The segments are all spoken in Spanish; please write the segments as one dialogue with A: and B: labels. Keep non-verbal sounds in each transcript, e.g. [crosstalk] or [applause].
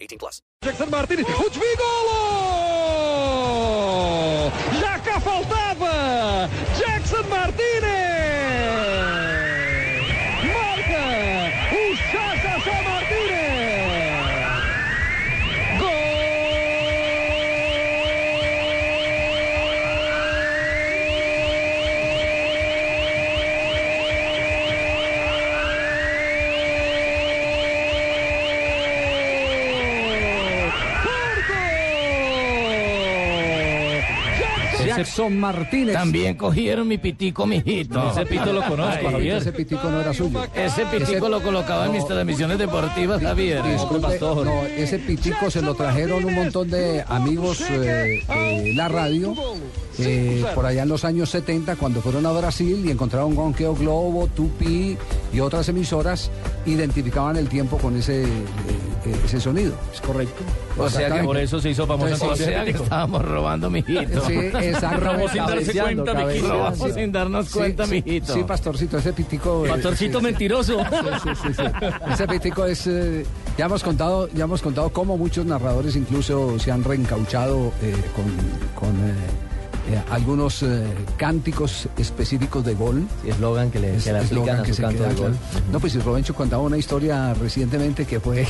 A: 18 plus.
B: Jackson Martínez. ¡Chute golo! ¡Ya que faltaba! Jackson Martínez! ¡Marca! ¡Un Sasa Martínez! ¡Gol! ¡Porto!
C: Jackson Martínez.
D: También cogieron mi pitico, mijito.
E: Ese pito lo conozco,
C: Ese
E: Javier.
C: pitico no era suyo.
D: Ese pitico lo colocaba en mis transmisiones deportivas, Javier.
C: Disculpe, no, ese pitico se lo trajeron un montón de amigos eh, de la radio eh, por allá en los años 70 cuando fueron a Brasil y encontraron con Keo Globo, Tupi y otras emisoras identificaban el tiempo con ese, eh, eh, ese sonido. Es correcto.
D: O sea que
E: Por eso se hizo famoso en
D: O
E: Colombia.
D: sea que estábamos robando, mijito.
C: Sí,
E: Robó sin
C: exactamente.
E: darse cuenta, mijito.
D: Robamos sin darnos cuenta,
C: sí,
D: mijito.
C: sí, pastorcito, ese pitico. eh,
E: Pastorcito
C: sí, sí.
E: mentiroso.
C: Sí, sí, sí. Ese pitico es. eh, ya hemos contado, ya hemos contado cómo muchos narradores incluso se han reencauchado eh, con, con, eh, eh, algunos eh, cánticos específicos de gol.
F: eslogan que le,
C: Es-
F: que le
C: eslogan
F: aplican a
C: que
F: su
C: se
F: canto
C: queda,
F: de gol.
C: claro. No, pues si Robencho contaba una historia recientemente que fue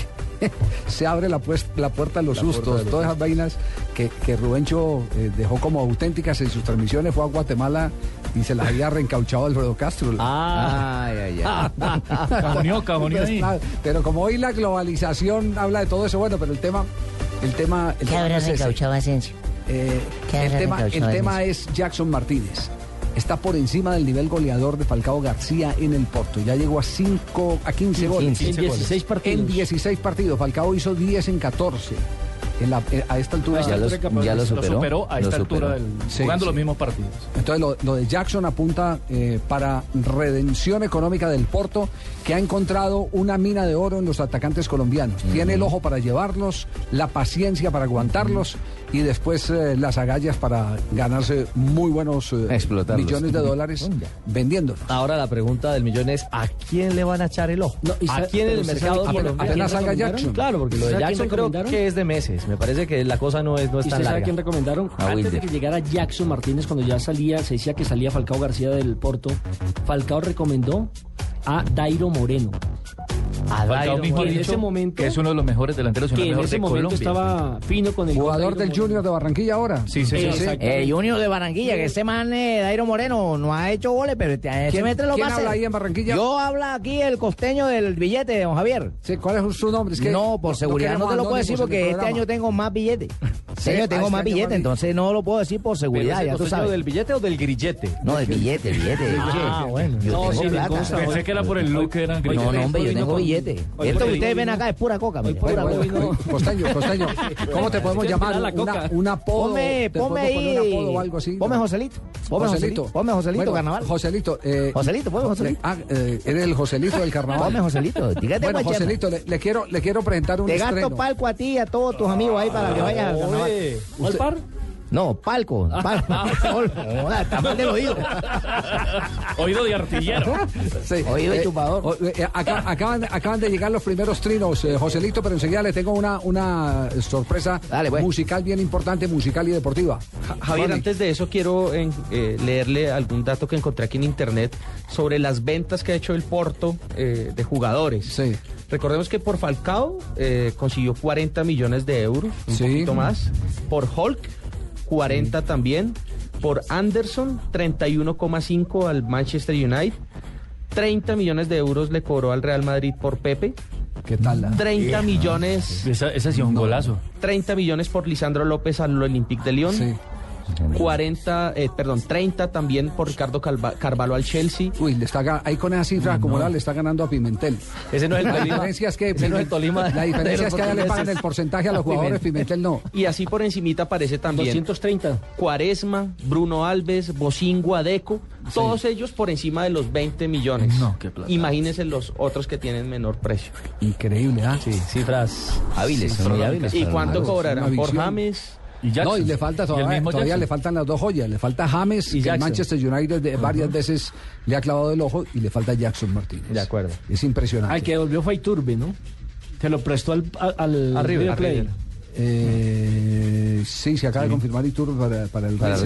C: [laughs] se abre la, pues- la puerta a los sustos, todas esas vainas que, que Rubencho eh, dejó como auténticas en sus transmisiones, fue a Guatemala y se las había reencauchado Alfredo Castro.
F: [laughs] Ay, ay,
C: [laughs]
F: ay.
E: Camonio, camonio
C: Pues
E: ahí.
C: nada, pero como hoy la globalización habla de todo eso, bueno, pero el tema, el tema, el
G: ¿Qué
C: tema
G: habrá
C: es ese.
G: recauchado Asensio?
C: Eh,
G: ¿Qué
C: el
G: habrá
C: tema, el
G: recauchado
C: tema es Jackson Martínez. Está por encima del nivel goleador de Falcao García en el Porto. Ya llegó a 5 a 15 goles.
F: 15 goles. 16
C: En 16 partidos. Falcao hizo 10 en 14. En la- eh, a esta altura.
F: Ah, ya lo, ya lo
E: Lo
F: superó.
E: superó a esta
F: Lo superó.
E: altura del,
C: Sí,
E: jugando
C: sí.
E: los mismos partidos.
C: Entonces lo, lo de Jackson apunta eh, para redención económica del Porto, que ha encontrado una mina de oro en los atacantes colombianos. Tiene el ojo para llevarlos, la paciencia para aguantarlos y después eh, las agallas para ganarse muy buenos eh,
F: Explotarlos.
C: millones de dólares vendiéndolos.
F: Ahora la pregunta del millón es, ¿a quién le van a echar el ojo?
H: No, y
F: ¿A
H: sa-
F: quién en el
H: pero ¿sabe
F: mercado
H: quién
C: Apenas-
F: colombiano?
C: apenas salga
H: recomendaron?
C: Jackson.
F: Claro, porque lo de
H: ¿Sabe a quién
F: Jackson creo
H: recomendaron?
F: que es de meses. Me parece que la cosa no es, no es
H: ¿Y
F: tan
H: usted sabe a
F: larga.
H: quién recomendaron?
F: A
H: Antes de
F: Wilder.
H: que llegara Jackson Martínez, cuando ya salía, se decía que salía Falcao García del Porto, Falcao recomendó a Dairo Moreno,
F: A
E: Falcao
F: Dairo
E: mismo ha
H: en
E: dicho
H: ese momento-
E: que es uno de los mejores delanteros y uno de
H: que en
E: los mejores
H: ese
E: de
H: momento
E: Colombia.
H: estaba fino con el gol
C: Jugador
H: de Dairo
C: del Junior de
H: Moreno.
C: Barranquilla ahora.
E: Sí, sí, sí.
H: Sí,
E: sí.
H: exactamente.
F: Eh, Junior de Barranquilla, que este man, eh, Dairo Moreno, no ha hecho goles, pero este, se
C: ¿Quién-
F: mete los
C: quién
F: pases.
C: habla ahí en Barranquilla?
F: Yo habla aquí el costeño del billete, don Javier.
C: Sí, ¿Cuál es su nombre? Es que
F: no, por seguridad no,
C: queremos
F: te lo puedo
C: anónimos
F: decir
C: en el
F: porque este
C: programa.
F: año tengo
C: [laughs]
F: más billetes. Este
C: Sí,
F: año
C: ah, este
F: tengo más
C: año más
F: billetes, entonces no lo puedo decir por seguridad, ya tú sabes.
D: del billete o del grillete?
F: No, del billete, el billete. Ah, bueno. Yo
H: No,
F: tengo
H: sí, me
F: plata.
H: consta.
E: Pensé que era por el look que eran
F: No,
E: gringos.
F: no, hombre, yo tengo billete.
H: hoy
F: Esto
H: por
F: que
H: hoy
F: ustedes
H: vino-
F: ven acá es pura coca, mira,
H: por
F: pura
H: hoy
F: coca.
H: vino-
C: Bueno, costeño, costeño,
F: [laughs]
C: ¿cómo te podemos
H: que esperar
C: llamar?
H: la
C: Una,
H: coca.
C: un apodo.
F: Ponme,
C: ¿Te
F: ponme
C: podemos poner
F: ahí.
C: un apodo o algo así?
F: Ponme
C: ¿no?
F: Joselito. Ponme Joselito. Ponme Joselito,
C: Bueno,
F: carnaval.
C: Joselito. eh,
F: Joselito, ponme Joselito.
C: Ah, eh, eres el Joselito del carnaval.
F: Ponme
C: [laughs]
F: Joselito. Dígate,
C: Bueno,
F: guachema.
C: Joselito, le, le quiero, le quiero presentar un
F: Te
C: estreno. Ah,
F: gasto palco a ti y a todos tus amigos ahí para que vayas al carnaval.
H: ¿Cuál par?
E: [laughs]
F: No,
C: [laughs]
F: palco. Palco.
C: Ah,
F: Hola, está mal del oído.
E: Oído de artillero.
C: Sí,
F: Oído de chupador.
C: o- eh, acá- acaban, acaban de llegar los primeros trinos, eh, Joselito, pero enseguida le tengo una, una sorpresa
F: Dale, pues.
C: musical bien importante, musical y deportiva.
I: Javier, antes de eso quiero eh, eh, leerle algún dato que encontré aquí en internet sobre las ventas que ha hecho el Porto eh, de jugadores.
C: Sí.
I: Recordemos que por Falcao eh, consiguió 40 millones de euros, un
C: Sí.
I: poquito más. Por Hulk, 40 también. Por Anderson, 31,5 al Manchester United. 30 millones de euros le cobró al Real Madrid por Pepe.
C: ¿Qué tal? la-
I: 30 millones.
E: Esa, esa sí es un golazo.
I: 30 millones por Lisandro López al Olympique de Lyon.
C: Sí.
I: 40, eh, perdón, 30 también por Ricardo Calva- Carvalho al Chelsea.
C: Uy, le está, ga- ahí con esa cifra acumulada le está ganando a Pimentel.
D: Ese no es el
C: La
D: Tolima.
C: diferencia es que,
D: Ese no es el Tolima de-
C: la diferencia
D: de
C: es
D: los
C: que allá le pagan
D: portugueses.
C: el porcentaje a los jugadores, Pimentel no.
I: Y así por encimita aparece también
H: 230.
I: Cuaresma, Bruno Alves, Bocingo, Adeco, todos ellos por encima de los 20 millones.
E: No, qué plata.
I: Imagínense los otros que tienen menor precio.
C: Increíble, ¿ah?
D: Sí, cifras hábiles, son muy hábiles.
I: ¿Y
D: para
I: cuánto
D: los-
I: cobrarán
C: una
I: por
C: visión.
I: James?
E: Y Jackson.
C: No, y le falta
E: el
C: todavía,
E: mismo
C: todavía
E: Jackson.
C: le faltan las dos joyas. Le falta James,
H: Y
C: que el
H: Jackson.
C: Manchester United de- varias veces le ha clavado el ojo, y le falta Jackson Martínez.
I: De acuerdo.
C: Es impresionante.
H: Al que devolvió fue Iturbe, ¿no? Se lo prestó al, al, al
I: A River,
H: River
I: a
H: Plate.
I: River.
C: Eh, sí, se acaba de confirmar Iturbe para, para el Real.